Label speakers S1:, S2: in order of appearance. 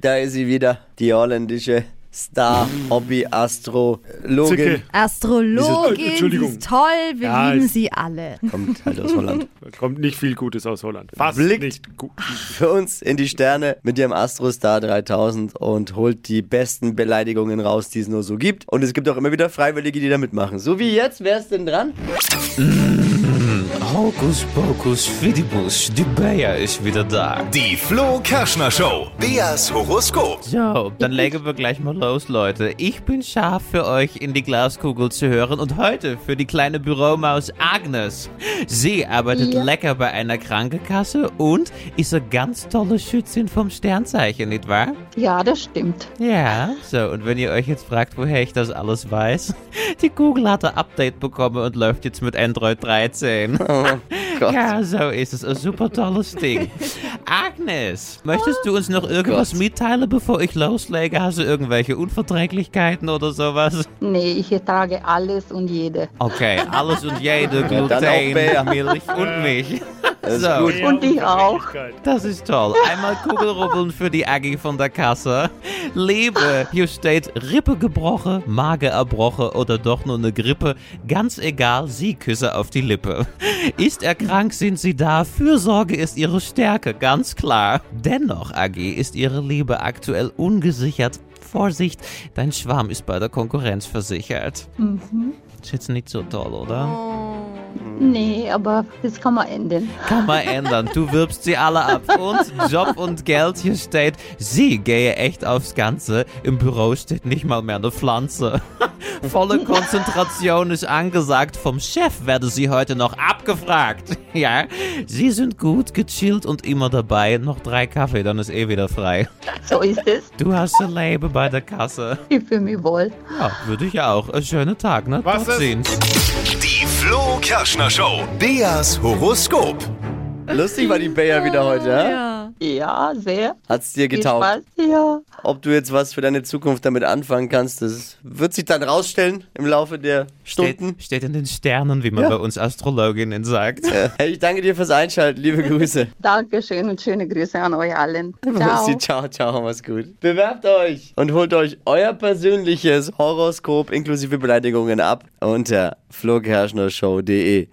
S1: Da ist sie wieder, die holländische Star-Hobby-Astrologin.
S2: Zicke.
S3: Astrologin,
S2: Wieso?
S3: Entschuldigung.
S2: sie ist toll, wir
S3: Ja,
S2: lieben
S3: ist-
S2: sie alle.
S1: Kommt halt aus Holland.
S3: Da kommt nicht viel Gutes aus Holland. Fast
S1: Blickt.
S3: nicht gut.
S1: Für uns in die Sterne mit ihrem Astrostar 3000 und holt die besten Beleidigungen raus, die es nur so gibt. Und es gibt auch immer wieder Freiwillige, die da mitmachen. So wie jetzt, wer ist denn dran?
S4: Hokus Pokus Fidibus, die Bayer ist wieder da.
S5: Die Flo Kerschner Show. Beas Horoskop.
S4: So, dann legen wir gleich mal los, Leute. Ich bin scharf für euch in die Glaskugel zu hören und heute für die kleine Büromaus Agnes. Sie arbeitet lecker bei einer Krankenkasse und ist eine ganz tolle Schützin vom Sternzeichen, nicht wahr?
S6: Ja, das stimmt.
S4: Ja, so, und wenn ihr euch jetzt fragt, woher ich das alles weiß, die Google hat ein Update bekommen und läuft jetzt mit Android 13.
S1: Oh Gott.
S4: Ja, so ist es. Ein super tolles Ding. Agnes, möchtest du uns noch irgendwas
S1: Gott.
S4: mitteilen, bevor ich loslege? Hast du irgendwelche Unverträglichkeiten oder sowas?
S6: Nee, ich trage alles und jede.
S4: Okay, alles und jede,
S1: dann auch
S4: Gluten,
S1: Bär.
S4: Milch und mich.
S1: ist
S4: so,
S1: gut.
S6: Und ich auch.
S4: das ist toll. Einmal Kugelrubbeln für die Aggie von der Kasse. Liebe, hier steht Rippe gebrochen, Magen erbrochen oder doch nur eine Grippe. Ganz egal, sie küsse auf die Lippe. Ist er krank, sind sie da. Fürsorge ist ihre Stärke, ganz klar. Dennoch, Aggie, ist ihre Liebe aktuell ungesichert. Vorsicht, dein Schwarm ist bei der Konkurrenz versichert. Ist jetzt nicht so toll, oder?
S6: Nee, aber das kann man ändern.
S4: kann man ändern. Du wirbst sie alle ab. Und Job und Geld, hier steht, sie gehe echt aufs Ganze. Im Büro steht nicht mal mehr eine Pflanze. Volle Konzentration ist angesagt. Vom Chef werde sie heute noch abgefragt. Ja, sie sind gut, gechillt und immer dabei. Noch drei Kaffee, dann ist eh wieder frei.
S6: So ist es.
S4: Du hast ein Leben bei der Kasse.
S6: Ich fühle mich wohl.
S4: Ja, würde ich auch. Einen schönen Tag, ne?
S3: Was
S4: Tot
S3: ist-
S4: sehen.
S5: Die Flo Kerschner Show. Beas Horoskop.
S1: Lustig war die Bayer wieder heute, ja?
S2: Ja.
S6: Ja, sehr.
S1: Hat's dir
S6: Viel
S1: getaugt?
S6: Spaß. Ja.
S1: Ob du jetzt was für deine Zukunft damit anfangen kannst, das wird sich dann rausstellen im Laufe der Stunden.
S4: Steht, steht in den Sternen, wie man
S1: Ja.
S4: bei uns Astrologinnen sagt.
S1: Äh, Hey, ich danke dir fürs Einschalten. Liebe Grüße.
S6: Dankeschön und schöne Grüße an euch allen.
S1: Ciao.
S6: Ciao.
S1: ciao, ciao, mach's gut. Bewerbt euch und holt euch euer persönliches Horoskop inklusive Beleidigungen ab unter flokerschnershow.de.